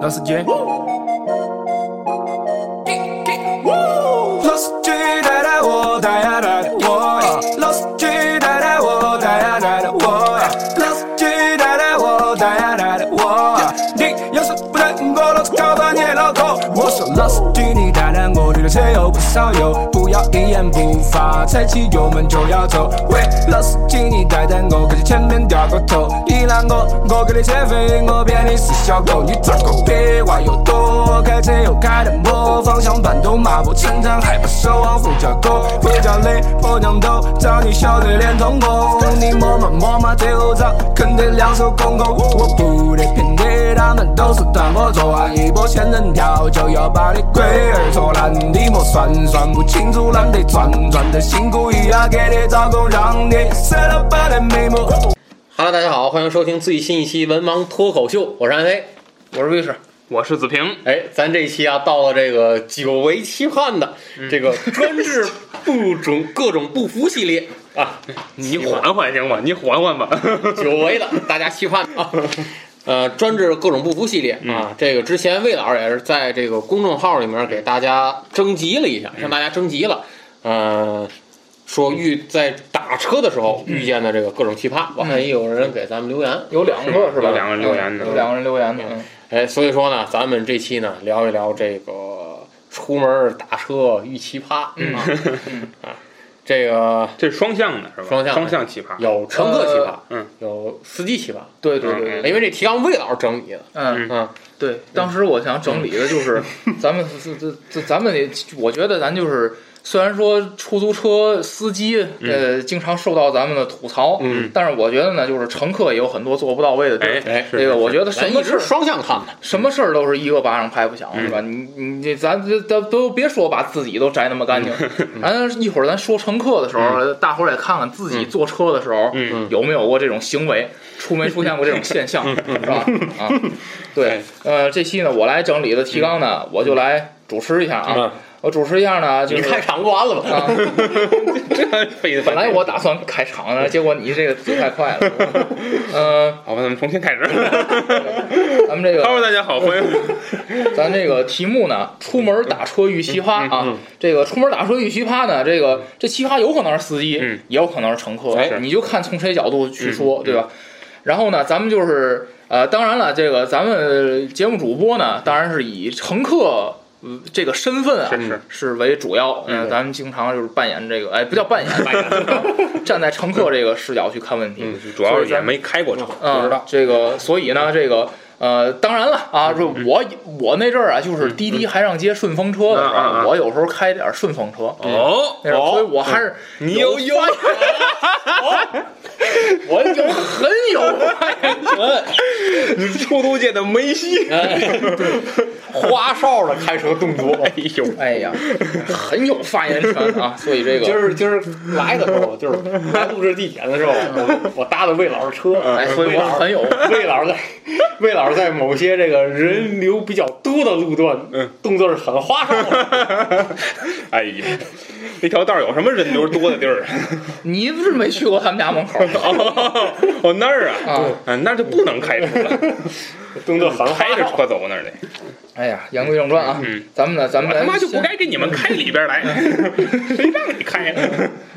Nosso J. Lost Genie 大胆我你的车有不少油，不要一言不发，踩起油门就要走。喂，Lost Genie 大胆我跟你前面掉个头，依赖我，我给你切飞，我变你是小狗，你咋狗？别话又多，开车又开得摸，方向盘都麻木，成长还不奢望副驾狗，副驾累，婆娘都找你笑对脸通红，你摸嘛摸嘛，最后找肯定两手空空，我不得骗你，他们都是团伙作案，一波仙人跳就要把。把你龟儿拖烂，你莫算算不清楚，懒得转转的辛苦也要给你找工，让你塞了半的眉目。 Hello，大家好，欢迎收听最新一期《文盲脱口秀》，我是安飞，我是卫士，我是子平。哎，咱这一期啊，到了这个久违期盼的嗯这个专治不种各种不服系 列啊，你缓缓行吗？你缓缓吧， 久违了，大家期盼 啊。呃，专治各种不服系列啊，嗯、这个之前魏老师也是在这个公众号里面给大家征集了一嗯下，向大家征集了，呃，说遇在打车的时候嗯遇见的这个各种奇葩，我看也有人给咱们留言，有两个是吧？有两个留言的，嗯有两个人留言的。哎，所以说呢，咱们这期呢聊一聊这个出门打车遇奇葩啊、嗯、啊。这个这是双向的是吧？双向双向奇葩，有乘客奇葩，嗯，有司机奇葩，啊对对对呃对，因为这提纲魏老师整理的，嗯嗯，啊对，当时我想整理的 就是咱们这这咱们，我觉得咱就是虽然说出租车司机呃嗯经常受到咱们的吐槽，嗯，但是我觉得呢，就是乘客也有很多做不到位的地方，这个我觉得什么事双向看的，什么事儿都是一个巴掌拍不响，嗯是吧？你你这咱咱都别说把自己都摘那么干净，嗯 咱一会儿咱说成。乘客的时候，大伙儿也看看自嗯己坐车的时候有没有过这种行为，出没出现过这种 现象，嗯是 吧？啊，对，呃，这期呢，我来整理的提纲呢，我就来主持一下啊。我主持一下呢，就是嗯你开场不完了吧？啊，这本来我打算开场啊的，结果你这个嘴太快了。 嗯，好吧，咱们重新开始。 咱们这个，Hello，大家好，欢迎。咱这个题目呢，出门打车遇奇葩啊。这个出门打车遇奇葩呢，这个这奇葩有可能是司机，也有可能是乘客，你就看从谁角度去说，对吧？然后呢，咱们就是呃，当然了，这个咱们节目主播呢，当然是以乘客。嗯，这个身份啊是是为主要，嗯，咱们经常就是扮演这个，哎，不叫扮 演，嗯扮演，站在乘客这个视角去看问题，主要是也没开过车，不知道嗯这个，所以呢，这个呃，当然了啊，说我我那阵儿啊，就是滴滴还让接顺风车的时候，我有时候开点顺风车，嗯哦，所以我还是你有有，我就很有，你出租界的梅西。花哨的开车动作，哎呦，哎呀，很有发言权啊！所以这个今儿今儿来的时候，就是来 录制地点的时候，我我搭的魏老师车，哎哎，所以我很有 魏老师在魏老师尔在某些这个人流比较多的路段，嗯，动作是很花哨的。 哎呀，那条道儿有什么人流多的地儿？啊你不是没去过他们家门口吗？ 哦，哦那儿啊啊，啊，那就不能开车了，动作很开花着哨。车走那儿得。哎呀，言归正传啊，嗯咱们呢，咱我们他妈就先不该给你们开里边来， 谁让你开啊呢？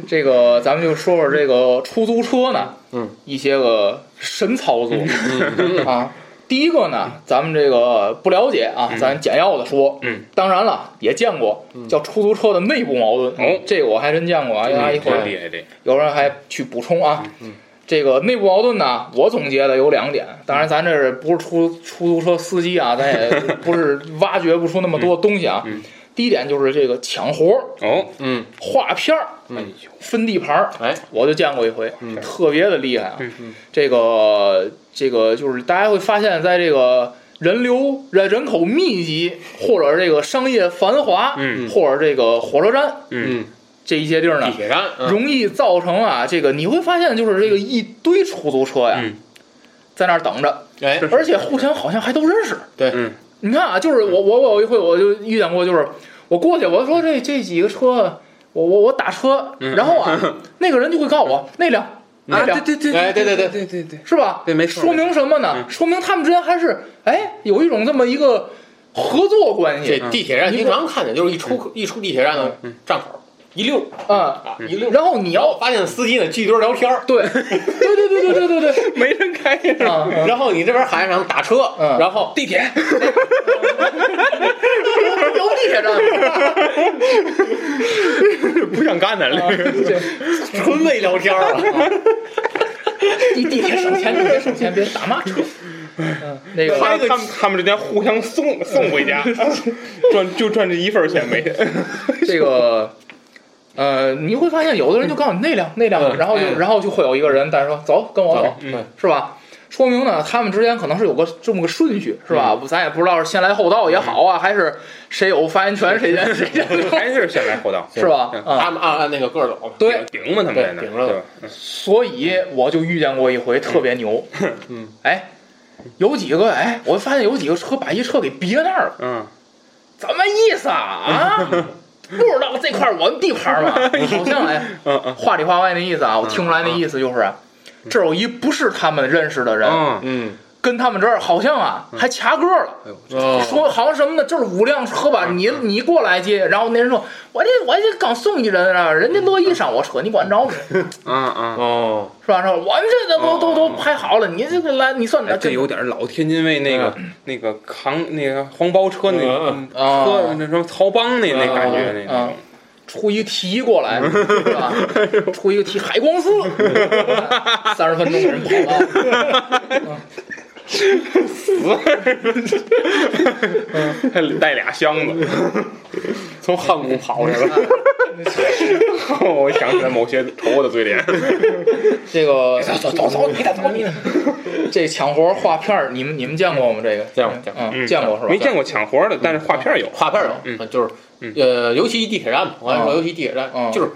这个，咱们就说说这个出租车呢，嗯，一些个神操作嗯啊。第一个呢，咱们这个不了解啊，咱简要的说，嗯，当然了，也见过叫出租车的内部矛盾，哦这个我还真见过啊，大家一会儿真厉害这，有人还去补充啊。嗯这个内部矛盾呢，我总结的有两点。当然，咱这是不是出出租车司机 啊？咱也不是挖掘不出那么多东西啊。嗯第一点就是这个抢活儿、哦，嗯，划片儿、嗯分地盘儿，哎，我就见过一回，嗯特别的厉害啊。嗯这个这个就是大家会发现，在这个人流人人口密集，或者这个商业繁华，嗯或者这个火车站嗯，嗯，这一些地儿呢地，铁站，嗯容易造成啊，这个你会发现就是这个一堆出租车呀，嗯在那儿等着，哎，而且互相好像还都认识。对嗯你看啊，就是我我我有一回我就遇见过，就是我过去我说这这几个车，我我我打车，嗯然后啊，那个人就会告诉我那辆那辆、对对哎对对对对对对，是吧？啊对没错嗯说明什么呢？说明他们之间还是哎有一种这么一个合作关这系地铁站经常看见，就是一出一出地铁站的站口一溜啊。啊嗯一溜，然后你然要后发现司机呢聚堆聊天儿，对对对对对对对对没人开对呀， 啊！啊然后你这边喊一声打车，嗯然后地铁，有地铁站吗？不想干咱啊这个。这纯为聊天儿啊，地地铁省钱，地铁省钱，别打骂车。嗯，那个 他他们他们之间互相送送回家，赚就赚这一份钱没。这个，呃，你会发现有的人就告诉你那辆那辆，嗯然后就嗯然后就会有一个人在说走，跟我哎走，嗯是吧？说明呢，他们之间可能是有个这么个顺序，是吧？咱也不知道是先来后到也好啊，还是谁有发言权谁先谁先，还是先来后到，是吧？啊，他们按按那个个儿走，对，顶嘛他们在那儿，对顶着对吧所以我就遇见过一回特别牛，嗯，哎，有几个哎，我发现有几个车把一车给别那儿了。嗯，怎么意思啊？ 啊，不知道这块儿我们地盘儿 吗？好像哎，嗯嗯话里话外那意思啊，我听出来那意思就是，这有一不是他们认识的人，嗯，嗯，跟他们这儿好像啊还掐个了。哎哦说好像什么呢？就是五辆车吧，嗯你你过来接，然后那人说，我这我这刚送一人啊，人家乐意上我车，你管 着吗？嗯嗯，哦，是吧？说我们这都都都都排好了，你这个来，你算哎着这有点老天津卫那个那个扛那个黄包车那个嗯车啊那什么曹帮那那感觉那啊种，，出一个题过 来是吧？哎出一个题海光寺， 三十分钟给人跑了。嗯还 带俩箱子。从汉宫跑来了，我想起来某些丑恶的嘴脸。这个走走走，你的走你的。这抢活画片儿，你们你们见过吗？这个见过见过嗯，见过是吧？嗯没见过抢活的，但是画片有。画片儿嗯有，就是呃，尤其地铁站嘛，我跟你说，嗯尤其地铁站嗯就是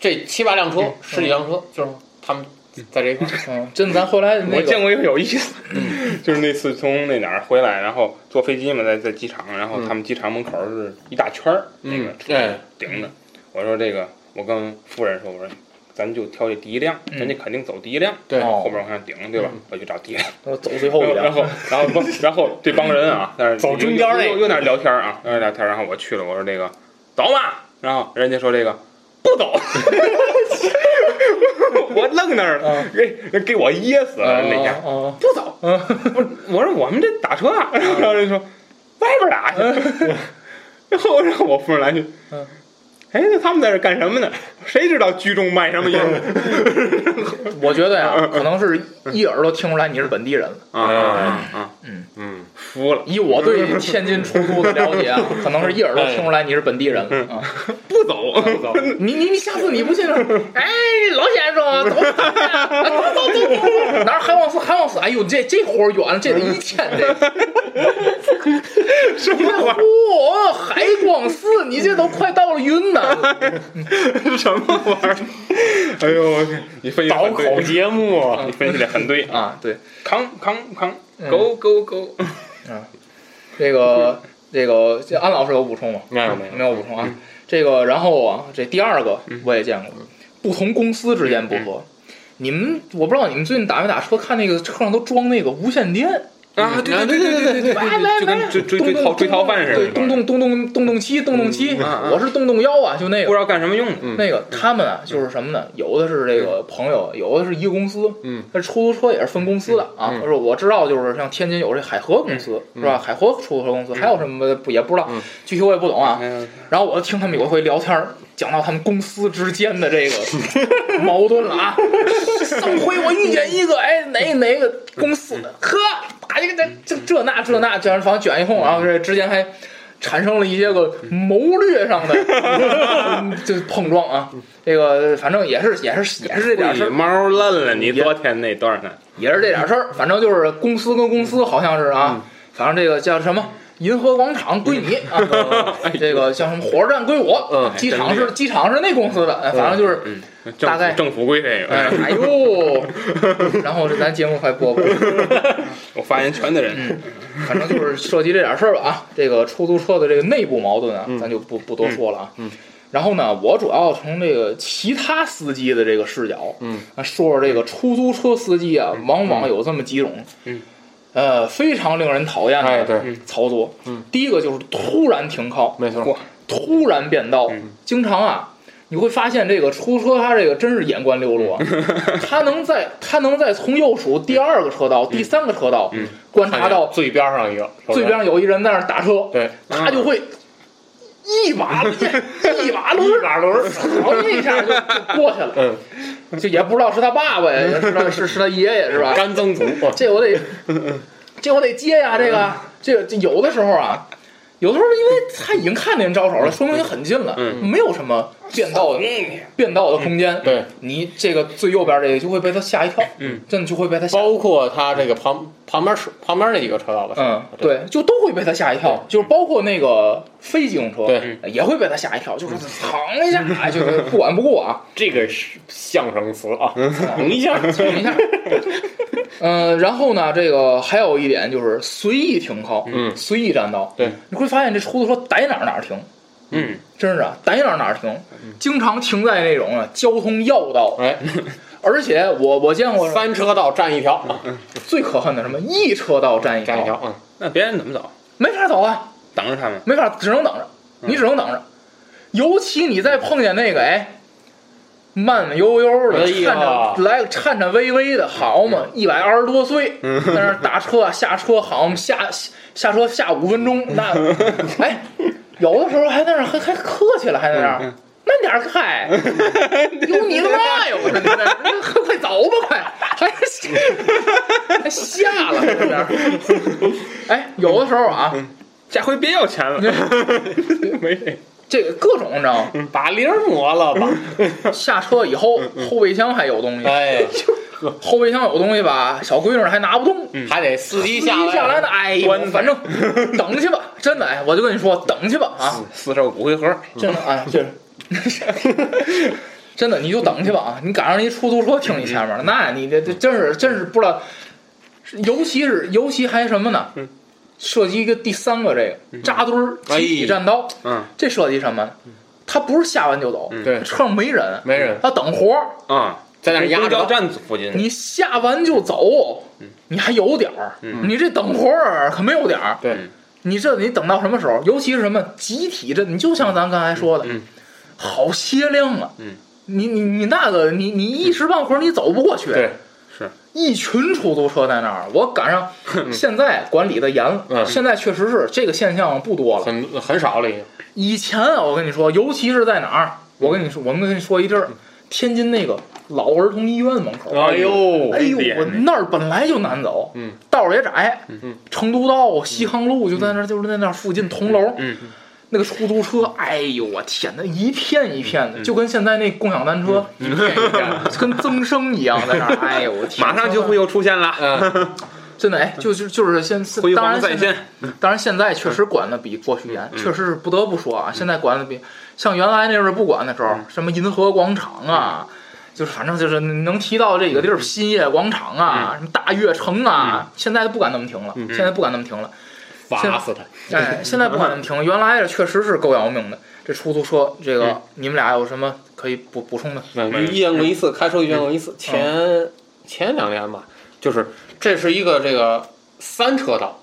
这七八辆车，十几辆车，就是他们在这一块儿，嗯，真的，咱回来那我见个嗯过一个有意思， 就是那次从那哪儿回来，然后坐飞机嘛，在在机场，然嗯后他们机场门口是一大圈儿，那个车哎，顶着。我说这个，我跟夫人说，我说咱就挑这第一辆，嗯人家肯定走第一辆，对哦后边往上顶，对吧？嗯我就找第一辆，我走最后一然辆，后然后 不，然后这帮人啊，但是走中间儿那又又又在那聊天啊，又在那聊天，然后我去了，我说这个走嘛，然后人家说这个不走。 我愣那儿嗯了，给给我噎死了，那家啊不走，我我说我们这打车啊，嗯然后人说外边打去， 然后让我夫人来句，嗯哎，那他们在这干什么呢？谁知道居中卖什么烟嗯我觉得呀，可能是一耳朵听出来你是本地人了。 啊啊啊！嗯嗯，服了，以我对天津出租的了解啊，可能是一耳朵听出来你是本地人了啊。不走，你你你下次你不信了？哎，这老先生，走走走走走，哪儿还往死还往死，哎呦，这这活儿远了，这得哎一千这。什么玩意儿？海光寺，你这都快到了云南了。什么玩意儿？哎呦，我天你分析得很对，节目，你分析的很对啊！啊，对，扛扛扛，go go go！这个这个，这安老师有补充吗？没有没有没有补充啊。这个，然后啊，这第二个嗯我也见过，不同公司之间不合。你们我不知道你们最近打没打车，看那个车上都装那个无线电，啊，对对对对对来来对，就跟追追追东逃东追逃犯似对，的，动动动动动动七，动动七，啊我是动动幺啊，就那不嗯知个道干什么用的。那个，他们啊，就是什么呢？有的是这嗯个朋友，有的是一个公司，嗯，那出租车也是分公司嗯的啊。我说我知道，就是像天津有这海河公司是吧？海河出租车嗯公司还有什么不也不知道，具体我也不懂啊。哎呀，然后我就听他们有一回聊天儿，讲到他们公司之间的这个矛盾了啊。上回我遇见一个，哎，哪哪个公司的，呵，打一个这这这那这那，卷反正卷一通，然后这之间还产生了一些个谋略上的嗯这碰撞啊。这个反正也是也是也是这点你事儿，猫烂了，你昨天那段呢？也是这点事儿，反正就是公司跟公司好像是啊，反正这个叫什么银河广场归你啊，这个叫什么火车站归我，嗯机场是机场是那公司的，哎反正就是。嗯，政府大概政府归这哎个。哎呦，然后这咱节目快播过了，我发言权的人，反正就是涉及这点事儿吧啊。嗯这个出租车的这个内部矛盾啊，咱就不不多说了啊。嗯然后呢，我主要从这个其他司机的这个视角，啊嗯，说说这个出租车司机啊，往往有这么几种，嗯，呃，非常令人讨厌哎的对，操作。嗯，第一个就是突然停靠，没错哇，突然变道，嗯经常啊。你会发现这个出租车，它这个真是眼观六路啊！嗯它能在它能在从右数第二个车道、第三个车道嗯观察到最边上一个，最边上有一人在那儿打车，对，他就会一把一把轮一把轮，噌一下就就过去了，嗯，就也不知道是他爸爸呀，也是他是是他爷爷是吧？干曾祖，这我得这我得接呀，这个这个这有的时候啊。有的时候，因为他已经看见招手了，说明也很近了，嗯没有什么变道的变道的空间。对，你这个最右边这个就会被他吓一跳，嗯，真的就会被他吓包括他这个旁旁边旁边那几个车道吧，嗯，对，就都会被他吓一跳，就是包括那个非机动车，对，嗯也会被他吓一跳，就是藏一下，哎， 就是不管不顾啊，这个是相声词啊，嗯等一下，藏 一下。嗯，然后呢，这个还有一点就是随意停靠，嗯随意占道，对，你会发现这出租车逮哪儿哪儿停，嗯，真是啊，逮哪儿哪儿停，经常停在那种啊交通要道，嗯哎， 而且我我见过三车道占一条，嗯最可恨的什么一车道占一占一条，条，嗯，那别人怎么走？没法走啊，等着他们。没法，只能等着，你只能等着。尤其你再碰见那个哎，慢慢悠悠的，哎呀嗯颤颤来颤颤巍巍的，好嘛，一百二十多岁，在那儿打车啊下车，好嘛，下下下车下五分钟，那哎，有的时候还在那儿还还客气了，还在那嗯儿。慢点儿 开，有你个嘛呀！我说你在那儿，快快走吧，快，还还下了，在那儿。哎，有的时候啊，嗯下回别要钱了，没这这个各种你知道吗？把铃儿磨了吧，下车以后，后备箱还有东西，嗯哎，后备箱有东西吧，小闺女还拿不动。还得司机一嗯下下来来呢，哎呦，反正 等去吧，真的，哎，我就跟你说，等去吧啊，四十五回合，真的，哎，这 真的，你就等去吧啊，你赶上一出租车停你前嗯面了，那你这这真是真是不知道，尤其是尤其还什么呢？嗯涉及一个第三个这个扎堆儿集体占道，哎嗯这涉及什么呢？他不是下完就走，对车上没人，嗯没人他等活儿，啊，在那儿压公交着，站附近，你下完就走，嗯你还有点儿，你这等会儿可没有点儿，对，你这得等到什么时候？尤其是什么集体这，你就像咱刚才说嗯的，好歇量啊，嗯你你你那个你你一时半会儿你走不过去，对，一群出租车在那儿，我赶上现在管理的严了，嗯现在确实是这个现象不多了，很很少了已经，以前啊，我跟你说，尤其是在哪儿，我跟你说，我们跟你说一地儿，天津那个老儿童医院门口，嗯哎呦哎呦，哎我那儿本来就难走，嗯，道儿也窄，嗯，成都道、西康路就在那儿，就是在那儿附近铜楼，嗯，那个出租车，哎呦我天，那一片一片的，嗯就跟现在那共享单车、一片一片的跟增生一样在那儿，哎呦我天，马上就会又出现了，嗯，真的哎，就是就是现辉当煌然再现在现。当然现在确实管的比过去严，确实是不得不说啊，现在管的比像原来那阵儿不管的时候，什么银河广场啊。就是反正就是能提到这个地儿，新业广场啊，什么大悦城啊，现在都不敢那么停了，现在不敢那么停了。罚死他！哎，现在不管怎么停，原来确实是够要命的。这出租车，这个、你们俩有什么可以补补充的？嗯，遇见过一次，开车遇见过一嗯次，前前两年吧，就是这是一个这个三车道，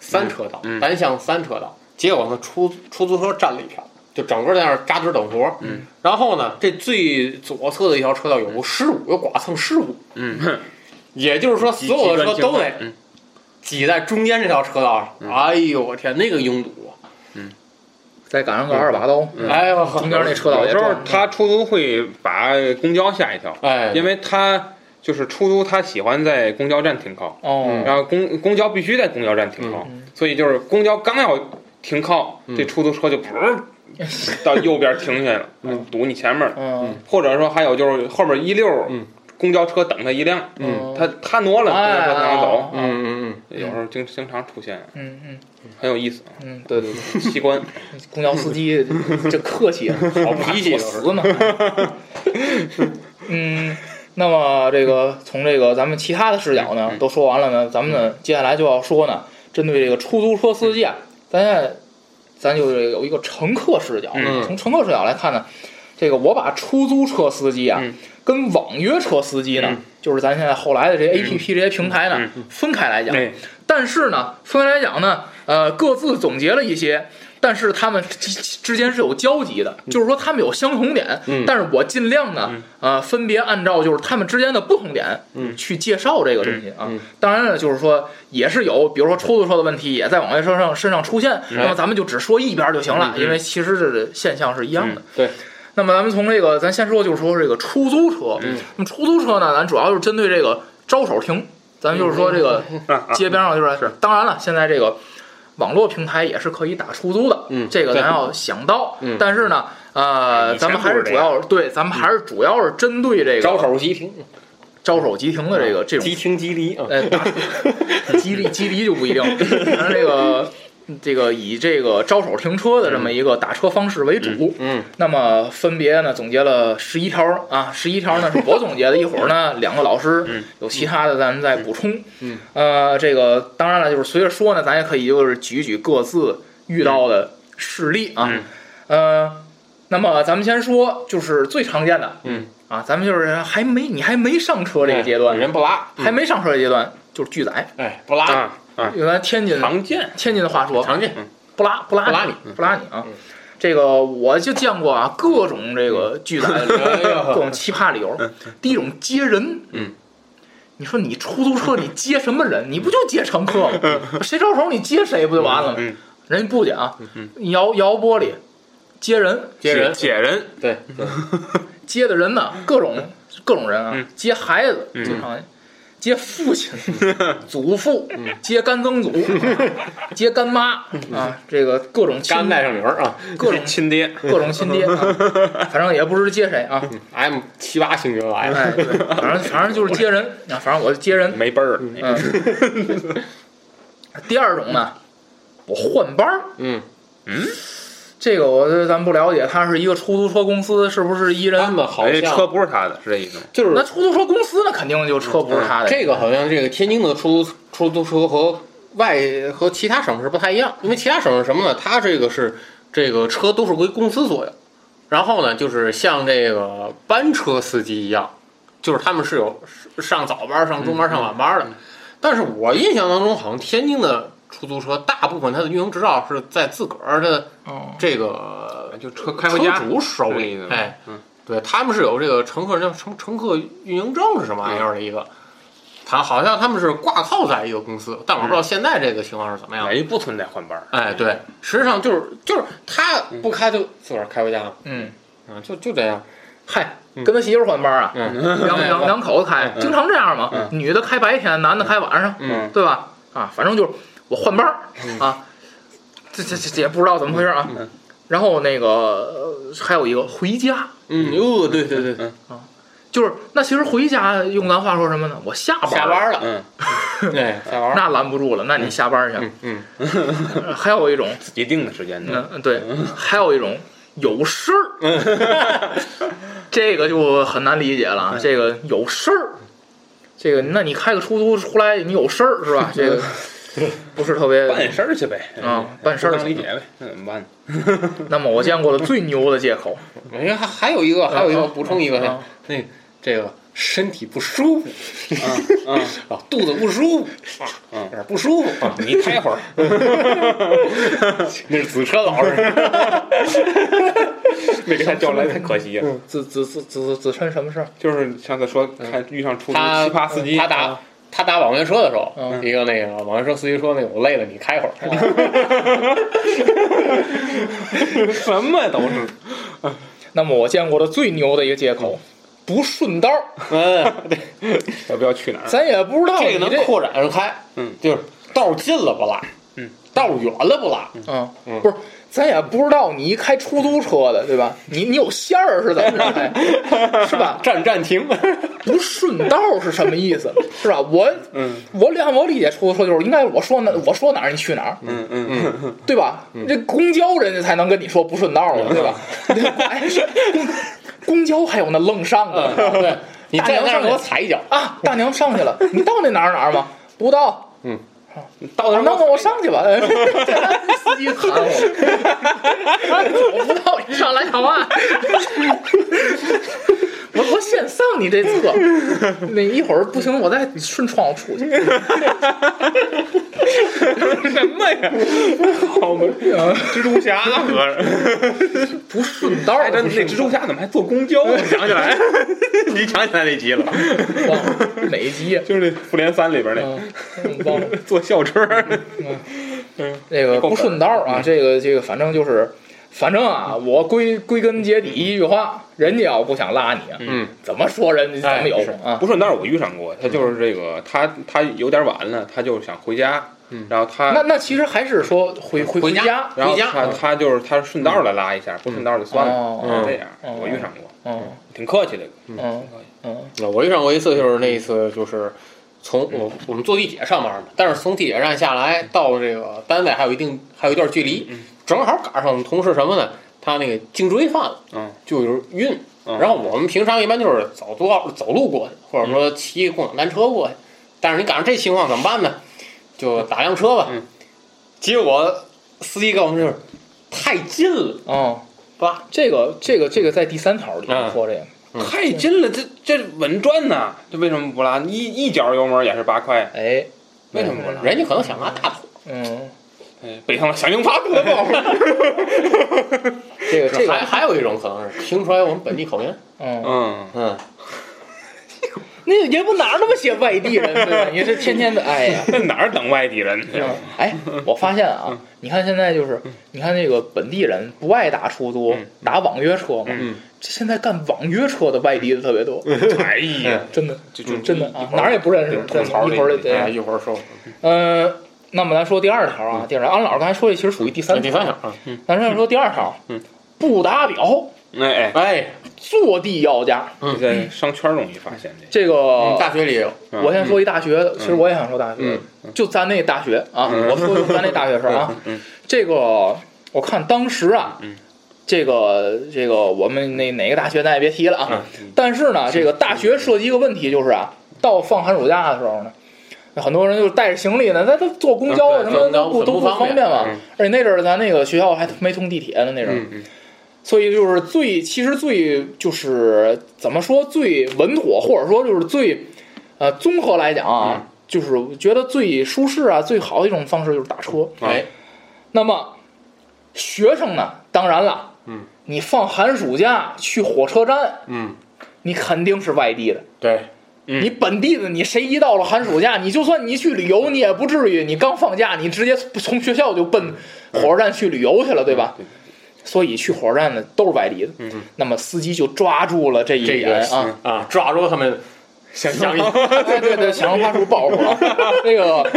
三车道嗯嗯单向三车道，结果呢出出租车占了一票，就整个在那儿扎堆等活。嗯，然后呢，这最左侧的一条车道有个失误，有剐蹭失误，嗯， 也就是说所有的车都得嗯挤在中间这条车道上。嗯哎呦我天，那个拥堵啊！再赶上个二把哦刀，哎呦，中间那车道有也时候撞他出租会把公交吓一跳，嗯哎，因为他就是出租，他喜欢在公交站停靠，哦，然后公公交必须在公交站停靠，嗯所以就是公交刚要停靠，这出租车就噗 到右边停下来了，堵你前面了，嗯，或者说还有就是后面一溜嗯公交车等他一辆，嗯他他挪了公交车才能走，嗯嗯嗯嗯，有时候经经常出现，嗯嗯很有意思，嗯，对对对，奇观。公交 司机这客气啊，好脾气我就是死嘛。啊嗯，那么这个从这个咱们其他的视角呢嗯都说完了呢，咱们呢接下来就要说呢，针对这个出租车司机啊，咱现在咱就有一个乘客视角，嗯从乘客视角来看呢，这个我把出租车司机啊、嗯跟网约车司机呢，嗯就是咱现在后来的这 A P P 这些平台呢、嗯分开来讲，哎，但是呢，分开来讲呢，呃，各自总结了一些，但是他们之之间是有交集的，就是说他们有相同点，嗯但是我尽量呢，呃，分别按照就是他们之间的不同点，嗯去介绍这个东西啊。嗯当然了，就是说也是有，比如说出租车的问题也在网约车上身上出现，嗯那么咱们就只说一边儿就行了，因为其实这个现象是一样的。嗯对，那么咱们从这个，咱先说，就是说这个出租车。嗯，那么出租车呢，咱主要就是针对这个招手停，咱们就是说这个嗯啊啊街边上就是，当然了，现在这个网络平台也是可以打出租的，嗯这个咱对要想到。嗯哎但是呢，呃，以前咱们还是不是主这样要对，咱们还是主要是针对这个嗯招手嗯即停，招手即停的这个这种即停即离啊。呃，打 激励激励就不一定，反正这个这个以这个招手停车的这么一个打车方式为主。嗯，那么分别呢总结了十一条啊，十一条呢是我总结的，一会儿呢两个老师有其他的咱们再补充。嗯，呃，这个当然了，就是随着说呢，咱也可以就是举一举各自遇到的事例啊。嗯呃，那么咱们先说就是最常见的，嗯啊，咱们就是还没你还没上车这个阶段哎，人不拉，还没上车阶段就是拒载。哎，不拉，啊啊，用咱天津常见。天津的话说，常见，不拉不拉不拉你不拉你啊！这个我就见过啊，各种这个拒载的理由，哎呀各种奇葩理由。第一种接人，嗯，你说你出租车你接什么人？你不就接乘客吗？谁招手你接谁不就完了吗？嗯人家不接啊，摇摇玻璃，接人，接人，解人，对，接的人呢，各种各种人啊，嗯接孩子嗯经常，接父亲、祖父，接干曾祖，接干妈啊，这个各种亲干带上名儿啊嗯各种亲爹，各种亲爹啊，反正也不知接谁 啊， ，M 嗯七八星球来哎，了，对，反正反正就是接人啊，反正我就接人，没辈儿，哎嗯。第二种呢，我换班儿，嗯，这个我咱不了解，他是一个出租车公司，是不是一他人？们好哎，车像不是他的，是这意思吗？就是那出租车公司那肯定就车不是他的，这个好像这个天津的出租出租车和外和其他省市不太一样，因为其他省是什么呢？它这个是这个车都是归公司所有，然后呢，就是像这个班车司机一样，就是他们是有上早班、上中班、上晚班的。嗯但是我印象当中，好像天津的出租车大部分它的运营执照是在自个儿的哦这个就车开回家，车主手是这意里思，吧哎嗯，对他们是有这个乘客叫乘乘客运营证是什么玩意儿的一个，他好像他们是挂靠在一个公司，但我不知道现在这个情况是怎么样的。嗯哎，不存在换班儿，哎，对，实际上就是就是他嗯不开就自个儿开回家嘛，嗯。啊，就就这样，嗨，跟他媳妇儿换班啊，嗯，两两两口子开，经常这样嘛，女的开白天，男的开晚上，嗯对吧？啊，反正就是我换班儿啊，这这这也不知道怎么回事啊。嗯然后那个呃还有一个回家，嗯，哟，对对对，嗯，就是那其实回家用咱话说什么呢？我下班啊下班了，嗯，哎，下班了，那拦不住了，那你下班去。嗯呃还有一种，自己定的时间呢。嗯，对，还有一种有事儿，这个就很难理解了啊。这个有事儿，这个那你开个出租出来，你有事儿是吧？这个不是特 别办事儿去呗，嗯啊办事儿不能理解呗，那怎么办？那么我见过的最牛的借口，哎呀，还还有一个，还有嗯一个，补充一个，啊那那这个身体不舒服 嗯啊，肚子不舒服啊，有点不舒服啊，你开会儿， 那是子车老嗯师， 没给他叫来太可惜了。嗯子子子子子琛什么事儿？就是上次说看遇上出租他奇葩司机，嗯啊他打他打网约车的时候嗯，一个那个网约车司机说那个我累了，你开会嗯儿，什么都是，那么我见过的最牛的一个借口，不顺道，嗯，对要不要去哪儿？啊咱也不知道这个你能扩展开，嗯，就是道近了不赖，嗯，道远了不赖，啊，不是，咱也不知道你一开出租车的，对吧？你你有线儿是怎么着的？是吧？站站停， 不顺道是什么意思？是吧？我嗯我按我理解出租车就是应该我说哪我说哪儿你去哪儿，嗯嗯嗯，对吧？这公交人家才能跟你说不顺道嗯了，对吧？哎，公 公交还有那愣上的，对，嗯你大在娘那儿上给去我踩一脚，啊，大娘 上去了，你到那哪儿哪儿吗？不到。嗯到那啊儿那我么我上 去吧。司机喊我，我不知道你上来干嘛。我我先上你这车，那一会儿不行，我再顺窗户出去。什么呀？好嘛，蜘蛛 侠合着，不顺道哎，儿，真不那顺蜘蛛侠怎么还坐公交呢？想起来， 你想起来那集了， 道儿哪一集啊？就是那复联三里边嗯那忘了 坐校车，那个不顺道儿嗯啊，这个这个，反正就是，反正啊，我归归根结底一句话，人家要不想拉你啊，嗯，怎么说人家怎么有哎是啊？不顺道我遇上过，他就是这个，他他有点晚了，他就想回家，然后他那那其实还是说回啊回回家家，然后回家他他就是他顺道来拉一下，不顺道就算了，哦就这样。嗯我遇上过，嗯挺客气的。嗯嗯那呃我遇上过一次，就是那一次，就是从我我们坐地铁上班嘛，但是从地铁站下来到这个单位还有一定还有一段距离，嗯正好赶上我们同事什么呢？他那个颈椎犯了，嗯，就是晕。嗯然后我们平常一般就是走多走路过去，或者说嗯骑共享单车过去。但是你赶上这情况怎么办呢？就打辆车吧。嗯结果司机告诉我们就是太近了，哦，吧？这个这个这个在第三条里嗯说这个，嗯太近了，这这稳赚呐、这为什么不拉？一一脚油门也是八块，哎，为什么不拉？人家可能想拿大腿。嗯，哎北上响应发出的报复。这个这还个，还有一种可能是听出来我们本地口音，嗯，嗯，嗯，那也不哪儿那么些外地人，对吧？ 你这天天的，哎呀，那哪儿等外地人去？哎，我发现啊，你看现在就是，你看那个本地人不爱打出租，打网约车嘛，这现在干网约车的外地的特别多，哎呀，真的，就就真的啊，哪儿也不认识，真吐槽的，一会儿这得哎，，一会儿说。嗯，那么咱说第二条啊，第二条，安老师刚才说的其实属于第三第三条条，啊，咱先说第二条，不打表，哎哎，哎，坐地要价。你在商圈容易发现这。这嗯个，大学里有，嗯我先说一大学的，其实我也想说大学，就咱那大学啊，我说就咱那大学事儿啊嗯嗯。这个我看当时啊，这个这个我们那哪个大学咱也别提了嗯啊。但是呢，这个大学涉及一个问题就是啊，到放寒暑假的时候呢。很多人就带着行李呢，他他坐公交啊嗯什对么的坐都公不交都不很不方方便便嘛。而且那阵儿咱那个学校还没通地铁呢，那阵儿，嗯所以就是最，其实最就是怎么说最稳妥，或者说就是最，呃，综合来讲啊，嗯就是我觉得最舒适啊、最好的一种方式就是打车。哎，那么学生呢，当然了，嗯，你放寒暑假去火车站，嗯，你肯定是外地的。对，嗯你本地的，你谁一到了寒暑假，你就算你去旅游，你也不至于，你刚放假，你直接从学校就奔火车站去旅游去了，对嗯吧？所以去火车站的都是外地的。那么司机就抓住了这一这点个啊，啊，抓住他们想象力，哎对对，想让发出报复啊。这个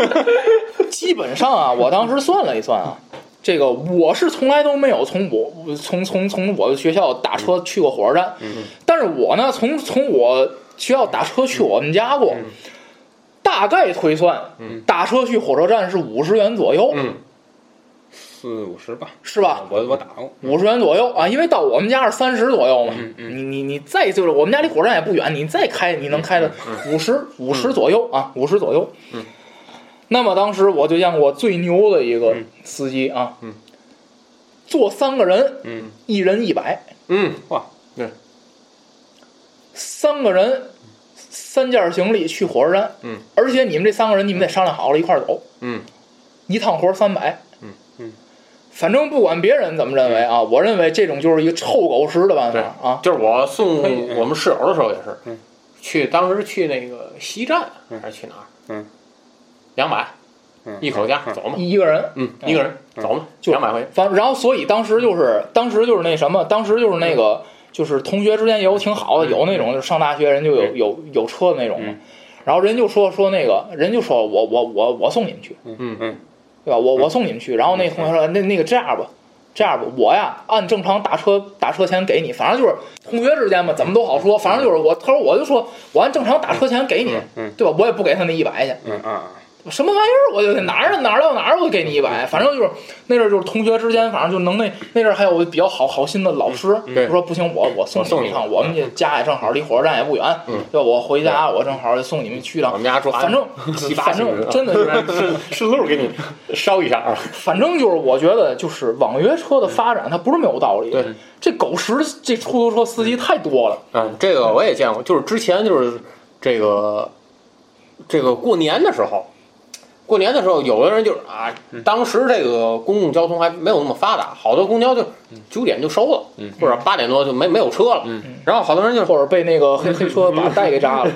基本上啊，我当时算了一算啊，这个我是从来都没有从我从从从我的学校打车去过火车站，但是我呢，从从我学校打车去我们家过，大概推算，打车去火车站是五十元左右，四五十吧，是吧？我我打过，五十元左右啊，因为到我们家是三十左右嘛。嗯你你你再就是我们家离火车站也不远，你再开你能嗯开到五十五十左右啊，五十左右。嗯。那么当时我就见过最牛的一个司机啊，嗯坐三个人，嗯一人一百，嗯，哇，三个人三件行李去火车站，嗯，而且你们这三个人你们得商量好了，一块儿走，嗯，一趟活三百，嗯嗯，反正不管别人怎么认为啊，我认为这种就是一个臭狗食的办法啊，就是我送可以嗯我们室友的时候也是，嗯去当时去那个西站还是去哪儿？嗯，两百嗯，一口价，嗯走嘛，一个人，嗯，一个人嗯走嘛，就两百块 钱，反然后所以当时就是当时就是那什么，当时就是那个就是同学之间也有挺好的，有那种就是上大学人就有有有车的那种嘛嗯，然后人就说说那个人就说我我我我送你们去，嗯嗯对吧？我我送你们去。然后那同学说，那那个这样吧，这样吧，我呀按正常打车打车钱给你，反正就是同学之间嘛，怎么都好说。反正就是我，他说我就说我按正常打车钱给你，嗯对吧？我也不给他那一百去，嗯啊，什么玩意儿，我就哪儿哪儿到哪儿我给你一百，反正就是那阵儿就是同学之间，反正就能那那阵儿还有比较好好心的老师，对就说不行，我嗯我送我送你你一趟，我们这家也正好离火车站也不远，对吧？我回家我正好送你们去一趟我，们家住，反正七八反十正真的是 是顺路给你捎一下啊，反正就是我觉得，就是网约车的发展，它不是没有道理。对，这狗食这出租车司机太多了。嗯，这个我也见过，就是之前就是这个这个过年的时候，过年的时候，有的人就是啊，嗯当时这个公共交通还没有那么发达，好多公交就九点就收了，嗯或者八点多就没没有车了，嗯然后好多人就是或者被那个 黑黑车把带给扎 了，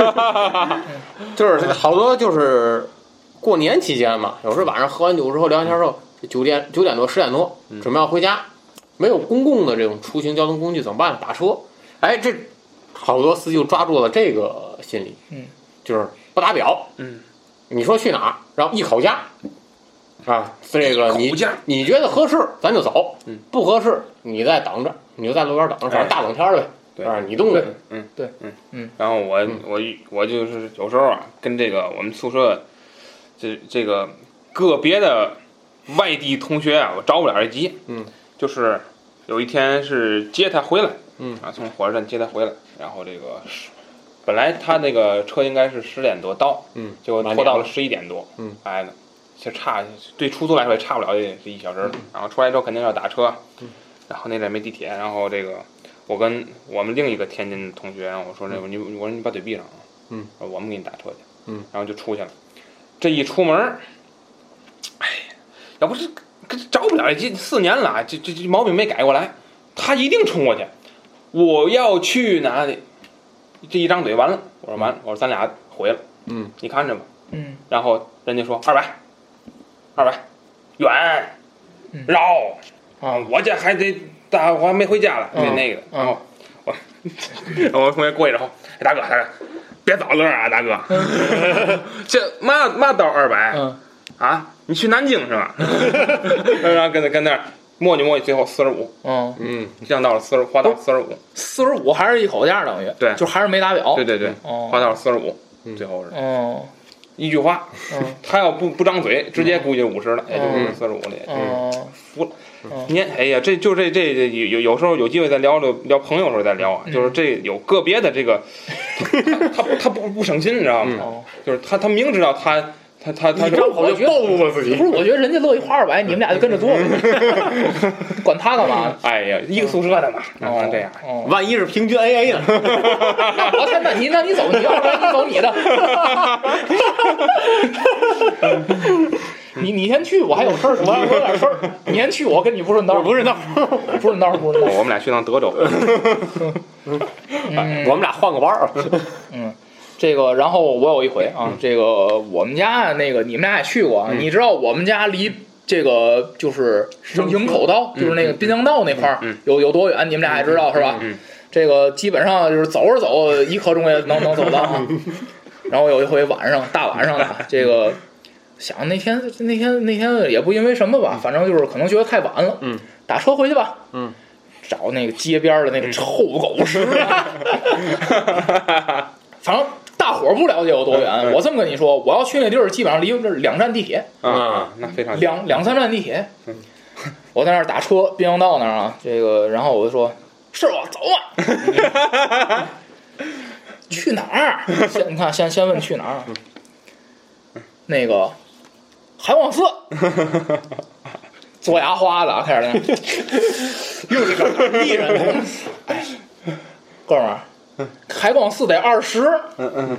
就是好多就是过年期间嘛，有时候晚上喝完酒之后聊完天之后，九点九点多十点多准备要回家，没有公共的这种出行交通工具怎么办？打车。哎，这好多司机就抓住了这个心理，嗯，就是不打表，嗯，你说去哪儿，然后一口价。啊，这个你口价你觉得合适，咱就走；嗯不合适，你再等着，你就在路边等着，哎反正大冷天儿呗。对啊，你冻着，嗯对嗯嗯，然后我嗯我我就是有时候啊，跟这个我们宿舍这这个个别的外地同学啊，我着不了这急，嗯，就是有一天是接他回来，嗯啊，从火车站接他回来，然后这个是本来他那个车应该是十点多到，嗯，结果晚拖点到了了十一点多，嗯，哎，就差对出租来说也差不了这这一小时儿。嗯然后出来之后肯定要打车，然后那阵儿没地铁，然后这个我跟我们另一个天津的同学，然后我说那你我说你把嘴闭上啊，嗯，我说我们给你打车去，嗯，然后就出去了。这一出门儿，哎，要不是着不了这四年了，啊这这这毛病没改过来，他一定冲过去，我要去哪里？这一张嘴完了，我说完了，我说咱俩回了，嗯，你看着吧。嗯，然后人家说二百，二百，远嗯，绕啊，我这还得大我还没回家了，那嗯那个，嗯然后我 我同学过去之后，哎大哥大哥，别找乐啊，大哥， 这嘛嘛到二百嗯啊，你去南京是 吧？然后跟那跟那儿磨叽磨叽，最后四十五，嗯，嗯，降到了四十，花到四十五，四十五还是一口价等于，对就还是没打表。对对对，哦花到了四十五，最后是哦，一句话，嗯 他要不不张嘴，直接估计五十了，也就是嗯四十五了，也就嗯服了嗯。你看，哎呀，这就这这这有有有时候有机会再聊聊聊朋友的时候再聊啊，嗯就是这有个别的这 个，他他他不不省心，你知道吗？哦，就是他他明知道他他他他一张口就暴露了自己不。是，我觉得人家乐意花二百，你们俩就跟着做呗， 管他干嘛？哎呀，一个宿舍的嘛，然后哦这样，哦，万一是平均 AA 呢？那我先，那你那你走，你要不然你走你的， 你你先去，我还有事儿，我还我有点事儿，你先去，我跟你不顺道，不是那，不是道，不是道。我们俩去趟 德州，嗯我们俩换个弯儿。这个，然后我有一回啊，嗯这个我们家那个你们俩也去过啊，你知道我们家离这个就是营营口道，就是那个滨江道那块儿嗯嗯嗯有有多远，你们俩也知道是吧嗯嗯？这个基本上就是走着走，嗯 一刻钟也能能走到啊。然后有一回晚上，大晚上的，这个想那天那天那天也不因为什么吧，嗯反正就是可能觉得太晚了，嗯，打车回去吧，嗯，找那个街边的嗯那个臭狗屎、 啊，反正大伙儿不了解有多远。嗯嗯我这么跟你说，我要去那地儿，基本上离我这儿两站地铁，啊，那非常两两三站地铁。嗯我在那儿打车，滨江道那儿啊，这个，然后我就说：“是我走嘛。 去哪儿？先你看，先先问去哪儿啊？嗯 那个韩广 寺，做牙花的啊，开始 那样又是个艺人，哎，哥们儿，海广寺得二十，嗯嗯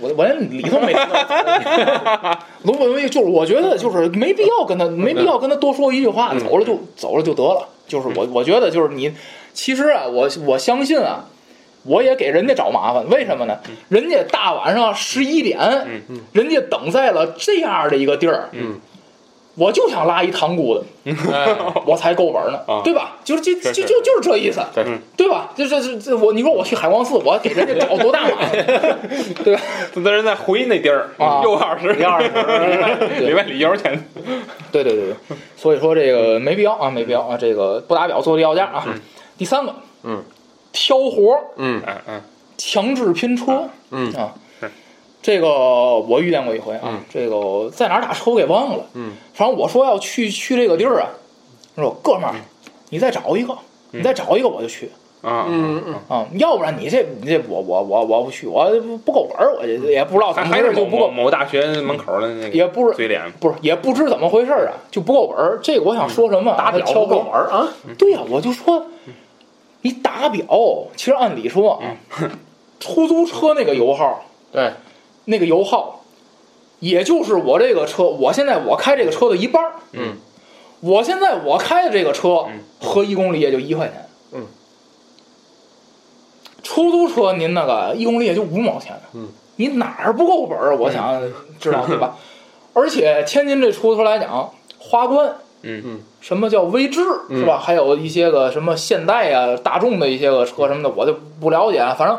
我我连理都没听到。卢本威就是，我觉得就是没必要跟他没必要跟他多说一句话，嗯走了就走了就得了。就是我我觉得就是你，其实啊，我我相信啊。我也给人家找麻烦，为什么呢？嗯人家大晚上十一点，人家等在了这样的一个地儿，嗯我就想拉一塘沽的，我才够本儿呢，啊对吧？就是这是就是就就是这意思，对嗯对吧？这这这这我你说我去海光寺，我给人家找多大麻烦，对吧？自责人再回那地儿啊又二十，二十， 里外里油钱，对对对对，所以说这个没必要啊，没必要啊，这个不打表做的要价啊。第三个，嗯，挑活儿嗯嗯嗯强制拼车，嗯啊是，这个我遇见过一回啊，嗯这个在哪儿打车我给忘了，嗯，反正我说要去去这个地儿啊，他说哥们嗯儿，你再找一个，你再找一个我就去啊嗯嗯啊，要不然你这你这我我我我不去，我不够本儿，我这也不知道怎还么还回是事某就不某够，某大学门口的那个嗯也不是嘴脸，不是也不知怎么回事儿啊，就不够本儿。这个我想说什么啊？打表挑不不够够本儿啊，对呀、我就说你打表，其实按理说啊，出租车那个油耗，对，那个油耗，也就是我这个车，我现在我开这个车的一半儿嗯，我现在我开的这个车嗯合一公里也就一块钱，嗯，出租车您那个一公里也就五毛钱，嗯，你哪儿不够本儿？我想知道对 吧？而且天津这出租车来讲，花冠。嗯什么叫威志嗯是吧？还有一些个什么现代啊、大众的一些个车什么的，我就不了解啊。反正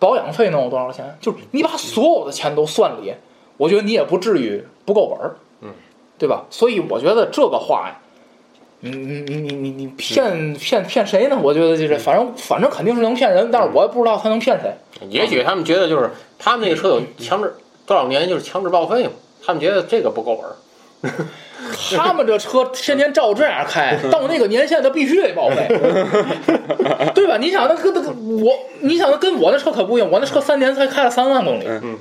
保养费能有多少钱？就是你把所有的钱都算里，我觉得你也不至于不够本儿，嗯，对吧？所以我觉得这个话呀，你你你你你你骗骗骗谁呢？我觉得就是反正反正肯定是能骗人，但是我也不知道他能骗谁。也许他们觉得就是他们那个车有强制多少年就是强制报废嘛，他们觉得这个不够本儿，他们这车天天照这样开，到那个年限他必须得报 废，对吧？你想那跟那我，你想那跟我那车可不一样，我那车三年才开了三万公里，嗯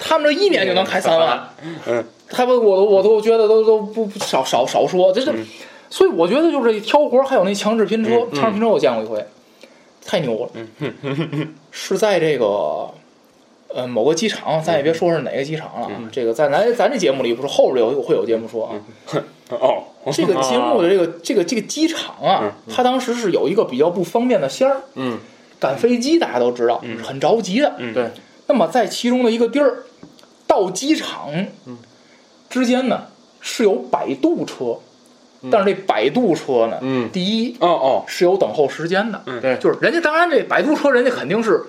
他们这一年就能开三万，嗯，他们我都我都觉得都都不不少少少说，这这，嗯所以我觉得就是这挑活儿还有那强制拼车，强制拼车我见过一回，太牛了，嗯是在这个。呃，某个机场，咱也嗯别说是哪个机场了啊。这个在咱咱这节目里不是后边有会有节目说啊，哦， 这个节目的啊这个这个这个机场嗯啊，它当时是有一个比较不方便的线儿，嗯，赶飞机大家都知道，很着急的。嗯对，那么在其中的一个地儿，到机场嗯之间呢是有摆渡车，嗯但是这摆渡车呢，嗯第一哦哦，是有等候时间的，嗯对就是人家当然这摆渡车人家肯定是，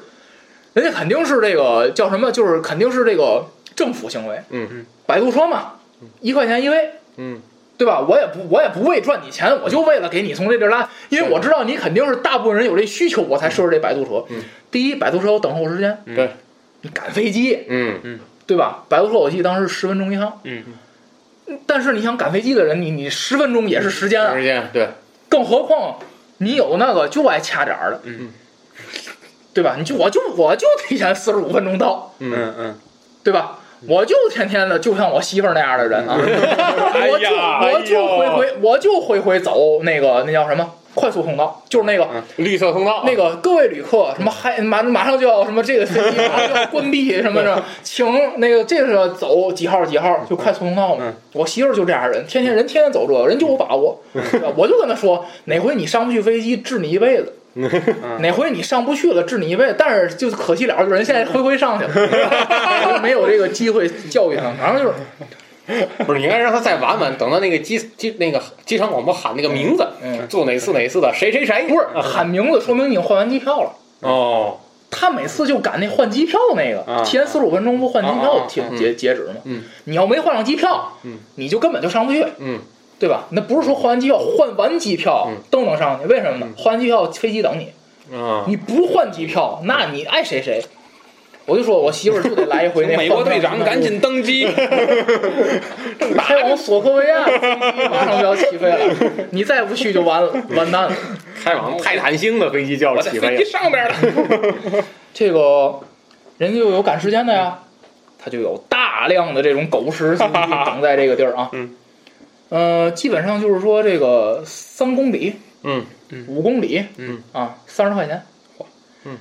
人家肯定是这个叫什么，就是肯定是这个政府行为，嗯嗯，摆渡车嘛，一块钱一位，嗯，对吧？我也不我也不为赚你钱，我就为了给你从这地儿拉，因为我知道你肯定是大部分人有这需求，我才设置这摆渡车。嗯第一，摆渡车有等候时间，嗯对，你赶飞机，嗯对吧？摆渡车我记得当时十分钟一趟，嗯，但是你想赶飞机的人，你你十分钟也是时间啊时，间对，更何况你有那个就爱掐点儿的，嗯，对吧？你就我就我就提前四十五分钟到，嗯嗯，对吧？我就天天的，就像我媳妇儿那样的人啊， 哎我就我就回回我就回回走那个那叫什么快速通道，就是那个绿色通道那个各位旅客，什么还马马上就要什么这个飞机马上就要关闭什么的， 请那个这个走几号几号就快速通道嘛。我媳妇儿就这样人，天天人天天走这个，人就有把握。对吧我就跟她说，哪回你上不去飞机，治你一辈子。哪回你上不去了，治你一辈子。但是就是可惜了，就是人现在回回上去了，就没有这个机会教育他们。反正就是，不是，你应该让他再晚晚，等到那个机机那个机场广播喊那个名字，嗯坐哪次哪次的谁谁谁，不是喊名字说明你换完机票了。哦，他每次就赶那换机票那啊个，提前四十五分钟不换机啊啊啊票停截截止吗？嗯，你要没换上机票，嗯，你就根本就上不去，嗯，对吧？那不是说换完机票换完机票嗯都能上去，为什么呢？换完机票飞机等你，啊，你不换机票，嗯那你爱谁谁。我就说，我媳妇儿就得来一回那美国换不队上长机票赶紧登机，开往索科维亚，马上就要起飞了，你再不去就完了，完蛋了。开往泰坦星的飞机 叫我在起飞飞机了，上边了。这个人家就有赶时间的呀，他就有大量的这种狗食信息等在这个地儿啊。嗯。呃，基本上就是说这个三公里，嗯五公里，嗯啊，三十块钱，嗯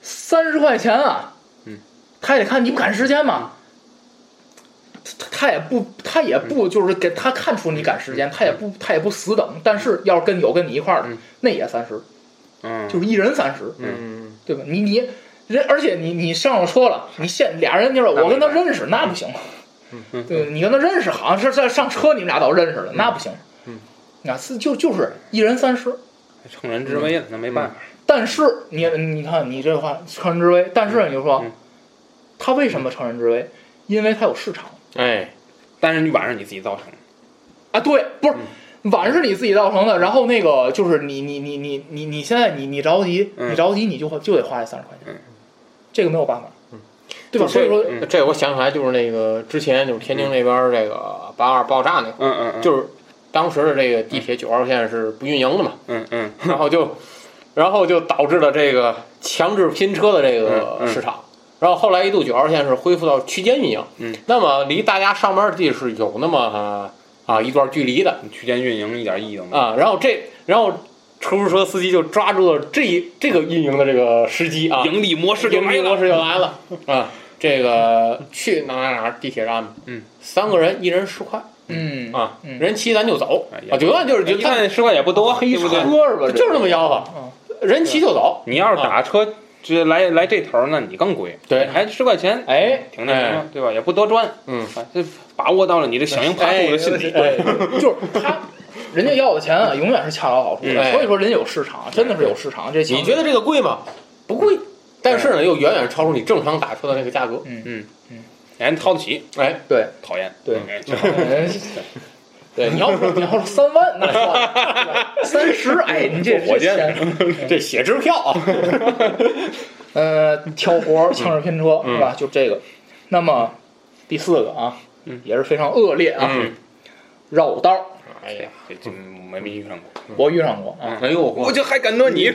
三十块钱啊，嗯，他也看你不赶时间嘛，他他也不他也嗯不就是给他看出你赶时间，他也不他也不死等，但是要是跟有跟你一块儿的嗯，那也三十， 嗯就是一人三十，嗯，对吧？你你人，而且你你上了车了，你现俩人就是那我跟他没办认识，那不行。嗯对，你跟他认识，好像是在上车你们俩倒认识了，那不行。嗯，那是就就是一人三十，乘人之危了，那没办法。但是你你看你这话乘人之危，但是你就说嗯他为什么乘人之危？因为他有市场哎，但是你晚上你自己造成的，啊。对，不是。晚上是你自己造成的，然后那个就是你你你你你你现在你你着急，嗯你着急你就会就得花这三十块钱，这个没有办法，对吧？这所以说嗯这我想起来就是那个之前就是天津那边儿这个八二爆炸那会儿，嗯嗯嗯，就是当时的这个地铁九号线是不运营的嘛，嗯嗯然后就，然后就导致了这个强制拼车的嗯这个嗯市场。然后后来一度九号线是恢复到区间运营，嗯，那么离大家上班的地是有那么啊啊一段距离的嗯，区间运营一点意义都没有。啊。然后这，然后出租车司机就抓住了这一这个运营的这个时机啊，盈利模式就没营模了。式就来了啊。这个去哪哪哪地铁站，嗯，三个人一人十块嗯啊，嗯人骑咱就走哎呀啊，九万就是就一看十块也不多，黑对不对？车歌儿吧，就是那么吆嗯喝，人骑就走，你要是打车直来来这头儿，那你更贵，对还十块钱，哎，挺那什么，对吧？也不多赚，嗯啊，这把握到了你这响应爬树的心理。对，就是他，人家要的钱 啊，永远是恰到好处的，嗯所以说人家有市场，真的是有市场。这你觉得这个贵吗？不贵，但是呢，又远远超出你正常打车的那个价格。哎，人掏得起，哎，对讨厌，对哎就好呃对，你要不你要 说三万那算了，三十哎，你这火箭这钱这写支票 啊，呃，挑活嗯儿强制拼车是吧？就这个。那么第四个啊，也是非常恶劣啊，嗯绕道儿哎呀，这这没没遇上过，我遇上过啊，哎呦，我我就还敢问你，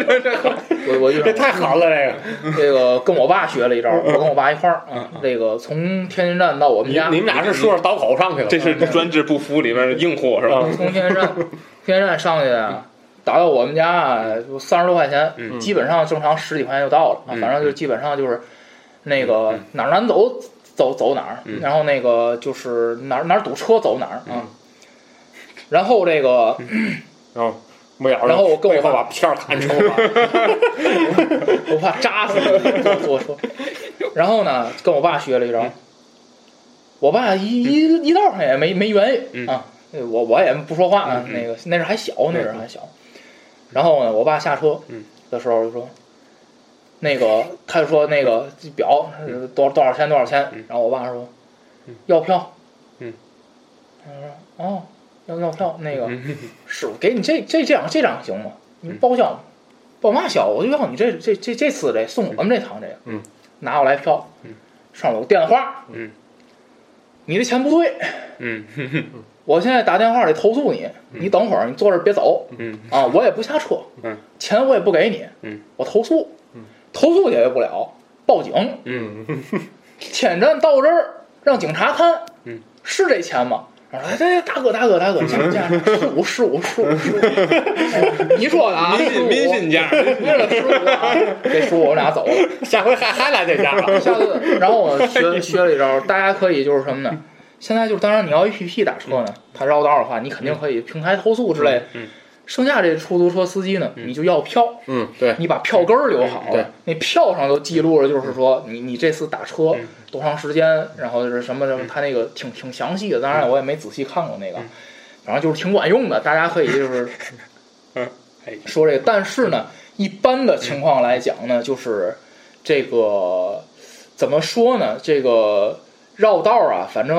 我我遇上 过。这太好了，这个这个跟我爸学了一招，我嗯跟我爸一块儿啊，这个从天津站到我们你家，你们俩是顺着刀口上去了，这是专治不服里边的硬货是吧？从天津站，天津站上去啊，打到我们家啊三十多块钱，嗯基本上正常十几块钱就到了，啊嗯反正就基本上就是那个哪儿难走走走哪儿，嗯然后那个就是哪儿哪儿堵车走哪儿啊。然后这个，嗯。没有，然后我跟我背后爸把片儿看抽了，我怕扎死你，坐车。然后呢，跟我爸学了一嗯招，我爸一一一道上也没没言嗯语、啊，我我也不说话啊，嗯嗯那个那阵还小，那阵还小。然后呢，我爸下车嗯的时候就说，那个他就说那个表呃多少多少钱多少钱嗯，然后我爸说嗯要票，嗯，他说哦要要票那个。嗯师傅，给你这这这样这张行吗？你报销吗，报嘛销？我就要你这这这这次这送我们这趟这个，嗯，拿过来票，嗯，上面有电话，嗯，你这钱不对，嗯嗯我现在打电话得投诉你，你等会儿你坐这儿别走嗯啊，我也不下车，嗯，钱我也不给你，嗯，我投诉，投诉解决不了，报警， 嗯，前站到这儿让警察看，嗯，是这钱吗？然后说，哎，对，大哥，大哥，大哥，加价 十五，十五， 十五，十五，你说的啊，民信民信价，为了十五啊，这十五我们俩走了。下回还还来这 家 了。下次，然后我 学学了一招，大家可以就是什么呢？现在就是，当然你要 APP 打车呢，他绕道的话，你肯定可以平台投诉之类。嗯，剩下这出租车司机呢，你就要票，嗯，对，你把票根儿留好嗯对了，那票上都记录了，就是说你你这次打车嗯多长时间，然后就是什么什么，他那个挺挺详细的，嗯当然我也没仔细看过那个，反正就是挺管用的，大家可以就是哎说这个，但是呢，一般的情况来讲呢，就是这个怎么说呢？这个绕道啊，反正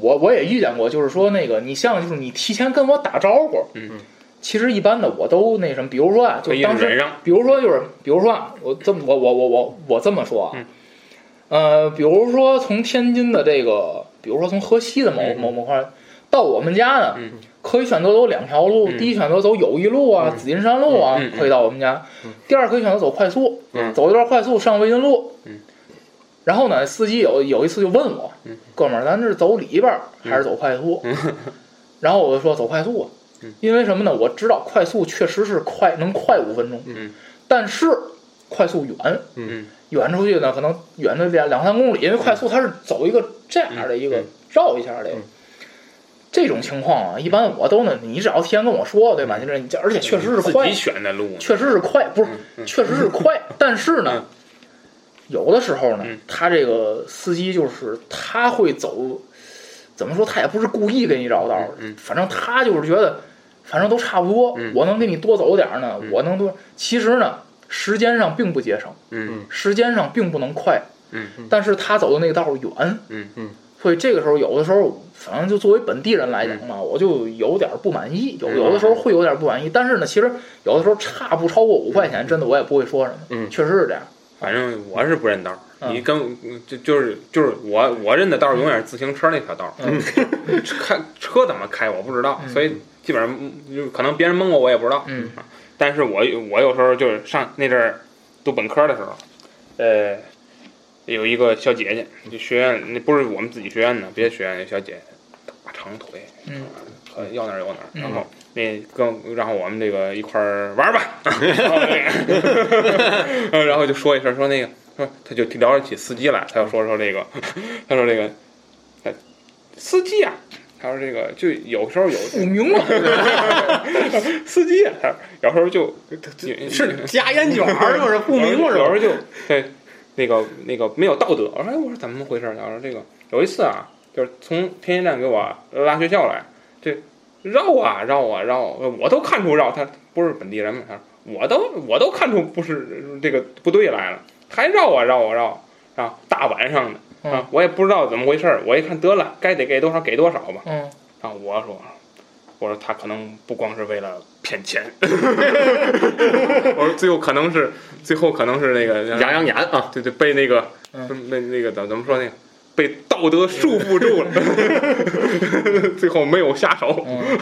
我我也遇见过，就是说那个你像就是你提前跟我打招呼，嗯嗯，其实一般的我都那什么，比如说啊，就一当时忍让，比如说就是，比如说啊，我这么我我我我我这么说啊，嗯呃，比如说从天津的这个，比如说从河西的某嗯嗯某某块儿到我们家呢，嗯可以选择走两条路，嗯第一选择走友谊路啊、紫金山路啊，嗯嗯嗯可以到我们家；第二可以选择走快速，嗯走一段快速上维林路。嗯然后呢，司机有有一次就问我，嗯哥们儿，咱这是走里边儿还是走快速？ 然后我就说走快速啊，嗯因为什么呢？我知道快速确实是快，能快五分钟，嗯但是快速远，嗯远出去呢，可能远了两两三公里，因为快速它是走一个这样的一个、嗯嗯绕一下的。嗯这种情况啊，一般我都能，你只要提前跟我说，对吧？嗯你这你这，而且确实是自快己，选的路，确实是快，不是，嗯确实是 快，但是呢，有的时候呢嗯，他这个司机就是他会走，怎么说？他也不是故意给你绕道儿嗯嗯，反正他就是觉得，反正都差不多嗯，我能给你多走点儿呢嗯，我能多。其实呢，时间上并不节省，嗯时间上并不能快，嗯嗯但是他走的那个道儿远，嗯嗯所以这个时候有的时候，反正就作为本地人来讲嘛，我就有点不满意，有嗯有的时候会有点不满意。但是呢，其实有的时候差不超过五块钱，真的我也不会说什么。嗯确实是这样。反正我是不认道儿。嗯你跟就就是就是我我认的道儿永远是自行车那条道儿，嗯 开车怎么开我不知道，嗯所以基本上嗯就可能别人蒙过我也不知道。啊嗯但是我我有时候就是上那阵儿读本科的时候，呃，有一个小姐姐，就学院那不是我们自己学院的，别的学院有小姐姐，大长腿，嗯可要哪儿有哪儿，嗯然后那跟然后我们这个一块儿玩儿吧， 嗯然后就说一声说那个说他就聊起司机来，他就说说这个， 他说这个，哎司机啊，他说这个就有时候有不明了， 司机啊，他有时候就就是加烟卷儿就是不明有了时是吧？候就对那个那个没有道德。我说哎，我说怎么回事儿？我说这个有一次啊，就是从天津站给我拉学校来，这绕啊绕啊绕，我都看出绕，他不是本地人嘛，他说我都我都看出不是这个不对来了，还绕啊绕啊绕啊，大晚上嗯的啊，我也不知道怎么回事儿。我一看得了，该得给多少给多少吧。嗯，然后我说，我说他可能不光是为了骗钱， 我说最后可能是最后可能是那个养养眼啊，对对被那个、嗯那那个怎么怎么说那个被道德束缚住了， 最后没有下手。 嗯，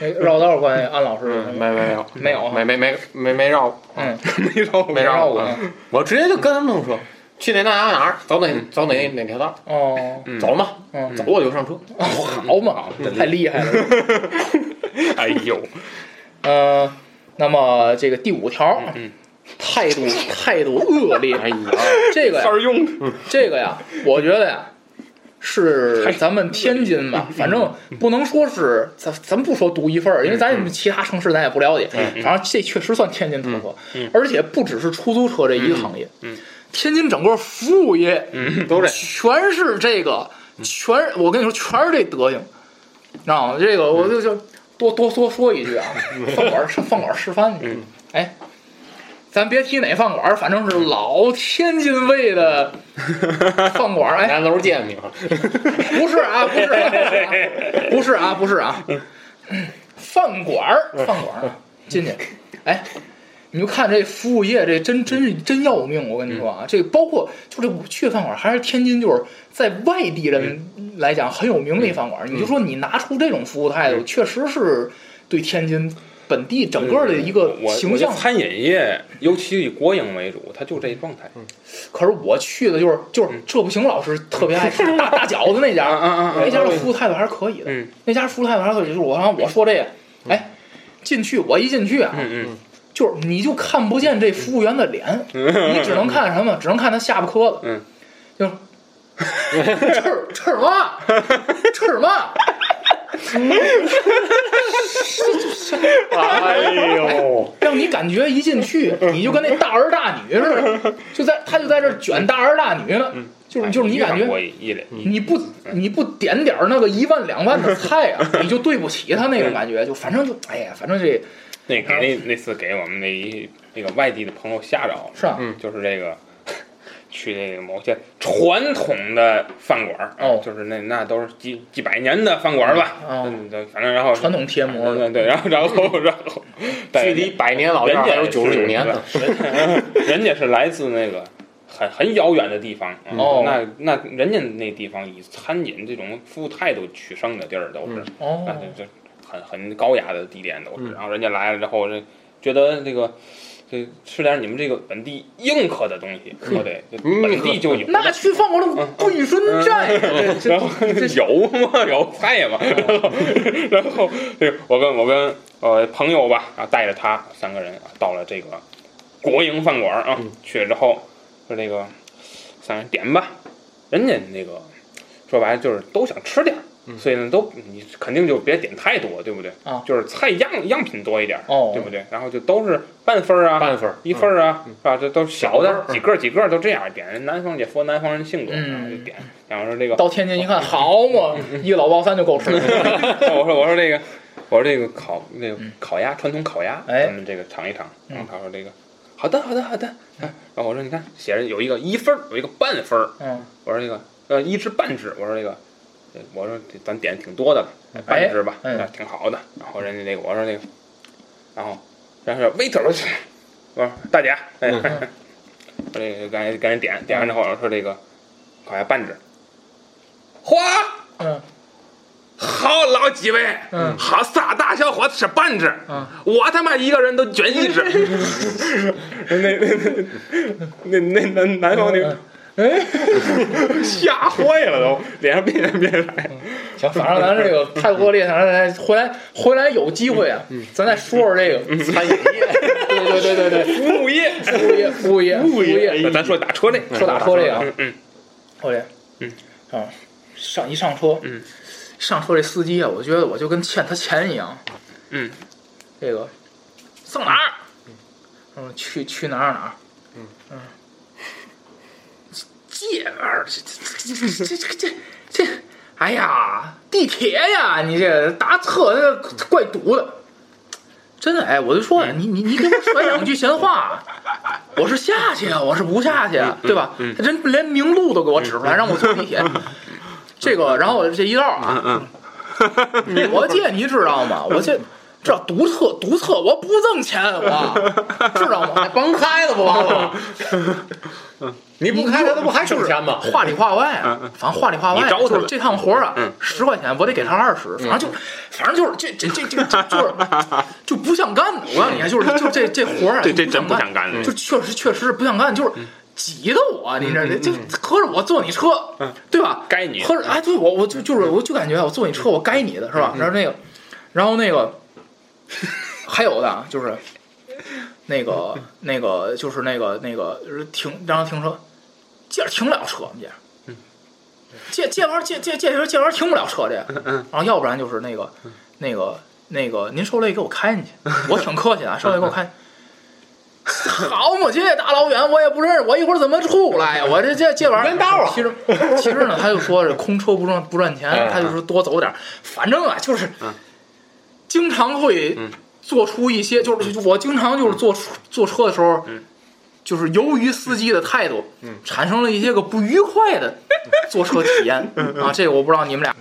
那个绕道关系，安老师有什嗯，么没没有没有啊没没没没没绕过，嗯没绕没绕绕过过啊，嗯我直接就跟他们说，去哪哪哪哪儿走哪走哪哪条道儿，哦，嗯走了吗？嗯，走我就上车，好嘛，嗯太厉害了。 哎呦，嗯，那么这个第五条，嗯态度态度恶劣，哎呀，这个呀三儿用这个呀，我觉得呀，是咱们天津 吧，反正不能说是咱咱不说独一份嗯儿，因为咱也其他城市咱也不了解，反正这确实算天津特色，嗯而且不只是出租车这一个行业，天津整个服务业嗯都这样全是这个，全我跟你说全是这德行，你知道吗？这个我就就多多多说一句啊，饭馆上饭馆吃饭去，哎。咱别提哪饭馆，反正是老天津卫的饭馆，哎，南楼煎饼，不是啊，不是啊、不是啊，不是啊，饭馆儿，饭馆儿，进去，哎，你就看这服务业，这真真是真要命，我跟你说嗯啊，这包括就这我去饭馆儿，还是天津，就是在外地人来讲很有名的一饭馆儿，嗯你就说你拿出这种服务态度，确实是对天津本地整个的一个我形嗯我觉象得餐饮业，尤其以国营为主，他就这状态。嗯可是我去的就是就是嗯这不行，老师特 别爱吃大大饺子那啊家，那家的服务态度还是可以的，嗯那家服务态度还是可以。就是我然后我说这个，哎，进去我一进去啊，嗯嗯就是你就看不见这服务员的脸，你只能看什么？只能看他下巴磕子，嗯，就是吃吃什么？吃什么？ 哎呦，让你感觉一进去，你就跟那大儿大女似的，就在他就在这儿卷大儿大女呢，嗯就是就是你感觉嗯嗯哎我一嗯脸你不你不 点点儿那个一万两万的菜啊，你就对不起他那种感觉，就反正就哎呀，反正这那给那那次给我们那一那个外地的朋友吓着了，是啊，嗯，就是这个去这个某些传统的饭馆儿，哦就是那那都是几几百年的饭馆儿吧，嗯哦嗯，对，反正然后传统贴膜对对，然后然后然后，对 距离百年老人店家还有是九十九年呢。人人家是来自那个很很遥远的地方，嗯哦那那人家那地方以餐饮这种服务态度取胜的地儿都是，哦嗯那就就很很高雅的地点都是，然后人家来了之后，这觉得这个。这吃点你们这个本地硬核的东西，可得就嗯本地就有。那去饭馆的桂顺站，这这 嗯然后有 吗？有菜吗？然后，然后对我跟我跟呃朋友吧，啊带着他三个人啊到了这个国营饭馆啊，嗯去了之后说这个三人点吧，人家那个说白了就是都想吃点儿，所以呢都你肯定就别点太多，对不对？嗯啊就是菜样样品多一点儿，哦对不对？然后就都是半份儿啊，半份儿一份儿啊，嗯是吧？这都是小小的份，儿几个儿几个儿都这样点。人南方也符合南方人性格，嗯然后就点。然后说这个，到天津一看，好嘛，一个老包三就够吃了。 我说我说这个，我说这个烤那个烤鸭，传统烤鸭，嗯哎嗯咱们这个尝一尝。然后他说这个，好的好的好的。哎然后我说你看，写着有一个一分儿，有一个半分儿。嗯，我说这个呃一只半只，我说这个，呃我说这咱点的挺多的了，半只吧，嗯那挺好的。然后人家那个我说那个，然后然后说 waiter，我说我说大姐，哎， 我这个赶紧赶紧点点完之后，我说这个好像半只，嚯，嗯，好老几位，嗯好仨大小伙子是半只，嗯我他妈一个人都卷一只，那那那那那南方那个。吓坏了都，脸上变变变白。行，反正咱这个泰国列，咱咱回来回来有机会啊，咱再说说这个餐饮业。对对对对对，服务业，嗯服务业，服务业，服务业。咱说打车这，说打车这个啊嗯嗯，后来，嗯，啊，上一上车，嗯，上车这司机啊，我觉得我就跟欠他钱一样，嗯，这个上哪儿？嗯，去去哪儿哪儿？嗯这玩意儿，这这这这这这，哎呀，地铁呀，你这打车那怪堵的。真的哎，我就说嗯你你你给我甩两句闲话，我是下去啊，我是不下去嗯啊，对吧？他真连名路都给我指出来，让我坐地铁。这嗯个，然后我这一道啊，我这你知道吗？我嗯这这独特独特，我不挣钱， 我知道吗？甭开了，不完了嗯吗？你不开他，他不还省钱吗？话里话外啊，反正话里话外，嗯你招他就是了这趟活儿啊嗯，十块钱我得给他二十，反正就，反正就是这这这这这 就是就不想干的。我告诉你啊，就是就这这活儿啊，这这就真不想干干，嗯就确实确实是不想干，就是。嗯急的我，你这这合着我坐你车，对吧？嗯该你嗯合着哎，对我我就就是我就感觉我坐你车我该你的是吧？然后那个，然后那个，还有的啊就是那嗯个那个就是那个那个呃停让他停车，这儿停不了车，这儿嗯这这玩意儿这这这这这玩意儿停不了车这，嗯然后要不然就是那个那个那个您受累给我开 进去，我挺客气的啊，受累给我开进去。 好嘛，这大老远我也不认识，我一会儿怎么出来呀？我这这这玩意儿，道啊！其实其实呢，他就说这空车不赚不赚钱，他就说多走点儿，反正啊就是，经常会做出一些，就是我经常就是坐出坐车的时候，就是由于司机的态度，产生了一些个不愉快的坐车体验啊，这个我不知道你们俩。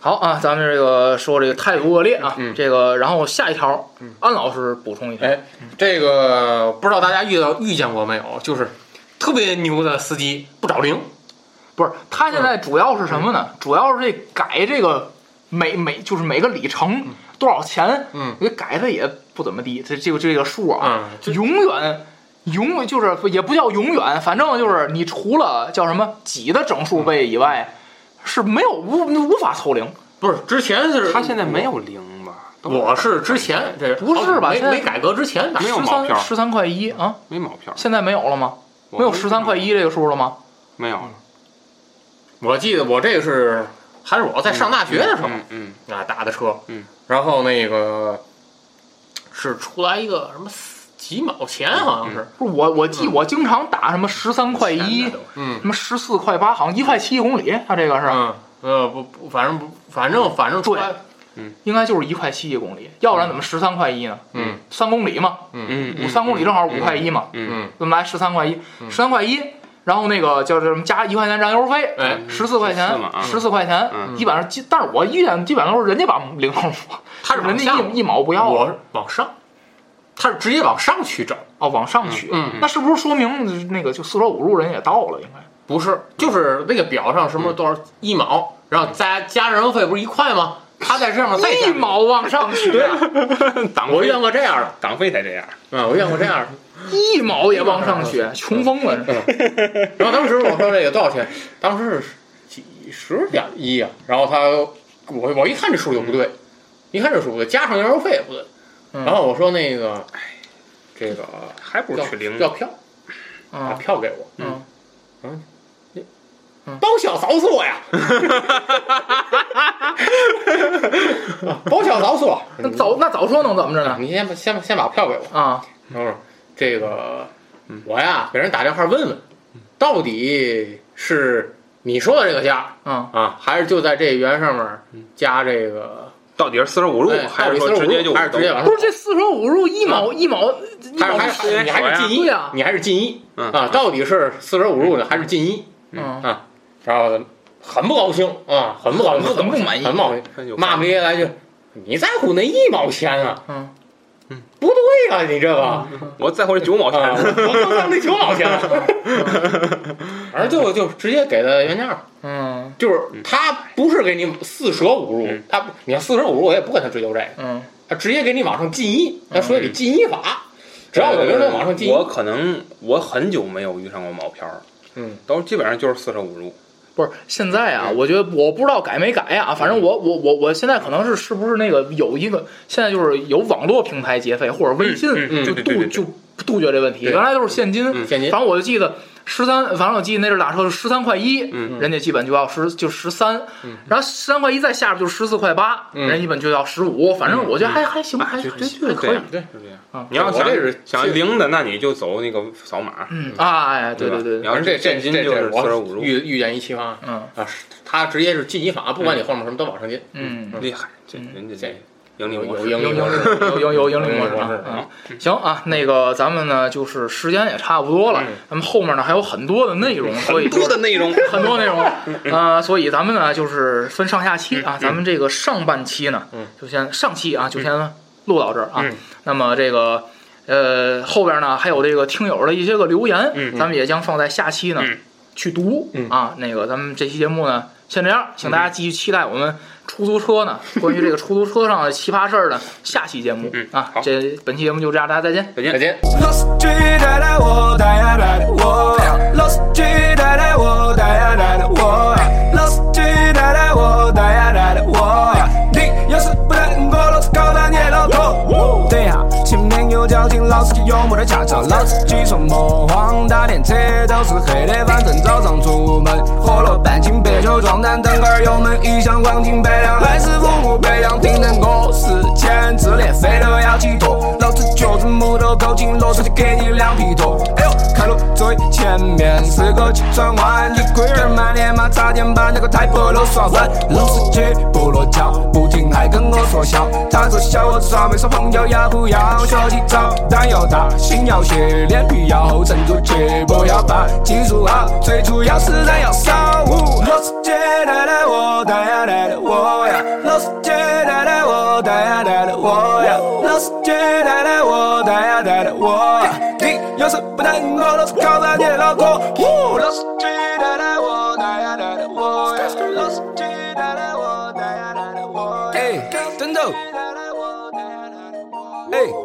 好啊，咱们这个说这个态度恶劣啊，这个然后下一条，安老师补充一条，哎，这个不知道大家遇到遇见过没有？就是特别牛的司机不找零，不是，他现在主要是什么呢？主要是这改这个每每就是每个里程多少钱，嗯我觉得改的也不怎么低，这这个这个数啊，嗯永远。永远就是也不叫永远，反正就是你除了叫什么几的整数倍以外，是没有无无法凑零。不是之前是他现在没有零吧？都我是之前这不是吧没现在没改革之前没有十毛三票十三块一啊，没毛票，现在没有了吗？我没有十三块一这个数了吗？没有了。我记得我这个是还是我在上大学的时候嗯嗯，啊打的车，嗯，然后那个是出来一个什么几毛钱好像是，不是我我记我经常打什么十三块一，嗯什么十四啊块八，好像一块七一公里，它这个是。嗯，呃，不不，反正不，反正反正出来嗯，应该就是一块七一公里，要不然怎么十三块一呢？嗯，三公里嘛，嗯五三公里正好五块一嘛，嗯，怎么来十三块一？十三块一，然后那个叫什么加一块钱燃油费，哎，十四块钱14嘛啊，十四块钱嗯，基本上基，但是我遇见基本上都是人家把零头， 他是人往家下，一一毛不要啊我往上，他是直接往上去整，哦，往上取，嗯嗯那是不是说明那个就四舍五入人也到了？应该不嗯是，就是那个表上什么多少一毛，然后加加燃油费不是一块吗？他在上面再加一，毛往上取，啊党我费遇见过这样的，党费才这样，嗯，我遇见过这样的。一毛也往上取，嗯穷疯了。然后当时我说这个多少钱？当时是几十点一啊。然后他，我我一看这数就不对，一看这数不对，加上燃油费也不对。嗯然后我说那个，这个还不如要取零。要票，把啊，票给我。嗯嗯，你嗯包小扫帚 呀！啊包小扫帚，那早那早说能怎么着呢？你先把先把先把票给我。啊，等会儿这个嗯我呀给人打电话问问，到底是你说的这个价嗯啊，还是就在这圆上面加这个？到底是四舍五入哎，嗯还到底是说四十五直接就还是直接往不上是？这四舍五入一毛一毛一还是毛还就是取，还你还是进一对啊你还是进一嗯啊？到底是四舍五入呢，还是进一嗯，啊？然后很不高兴啊，很不高兴，很不满意很不高兴，那就骂不接来句。你在乎那一毛钱啊？嗯，不对啊，你这个，我在乎这九毛钱 啊，我我刚上那九毛钱了， 反正就就直接给的原价儿，嗯就是他不是给你四舍五入，他不你要四舍五入，我也不跟他追究这个，嗯他直接给你往上进一，他说你进一法，只要有人能往上进我一，可能我很久没有遇上过毛片儿，嗯，都基本上就是四舍五入。不是现在嗯啊，我觉得我不知道改没改啊，反正我我我我现在可能是是不是那个有一个现在就是有网络平台结费或者微信嗯嗯就对对杜对嗯就杜绝这问题，对原来都是现金，现金反正我就记得十三，反正我记得那阵打车是十三块一，嗯人家基本就要十就十三，然后十三块一再下边就十四块八，嗯人家基本就要十五，反正我觉得还还行，还嗯啊还就还就可这以样，，对，就这啊样。你要想我这是想零的，那你就走那个扫码。嗯啊，哎，对对吧对你对，要反正是这这现这金这就是四舍五我入，遇遇见一奇葩啊，嗯是他直接是进一法，不管你后面什么都往上进，嗯。厉害，这人家这盈利有模有式盈利有模有式，有有有盈利模模式式啊啊！嗯行啊，那个咱们呢，就是时间也差不多嗯了，咱们后面呢还有很多的内容，所以多的内容。很多 内容啊，所以咱们呢就是分上下期嗯啊，咱们这个上半期呢，就先上期啊就先录到这儿啊。那么这个呃后边呢还有这个听友的一些个留言，咱们也将放在下期呢去读啊。那个咱们这期节目呢先这样，请大家继续期待我们出租车呢关于这个出租车上的奇葩事儿的下期节目啊好。这本期节目就这样，大家再见。再见再。见。 Lost you that I will die that war Lost you that I will die that war Lost you that I will die that war 你要是不能够 Lost 高大你也老头对呀、心灵有矫情老司机幽默的家长老司机说魔黄打点车都是黑的反正早上出门喝了半斤白酒壮胆灯杆油门一箱黄金百两还是父母培养听能我是钱之类飞都要几多老子就是木头勾进螺丝就给你两匹多哎呦看路最前面是个急转弯你龟儿满脸嘛差点把那个台坡都撞翻老司机不落脚不停还跟我说笑他说笑我耍没说朋友要不要学起早胆要大心要细脸皮要厚沉住气不要怕技术好最主要是人要少老司机带带我带呀带带我呀老司机带带我带呀带带我呀老司机带带我带呀带带我呀你要是不带我老子搞砸你脑壳老司机带带我带呀带带我呀老司机带带我带呀带带我呀哎，等等。哎。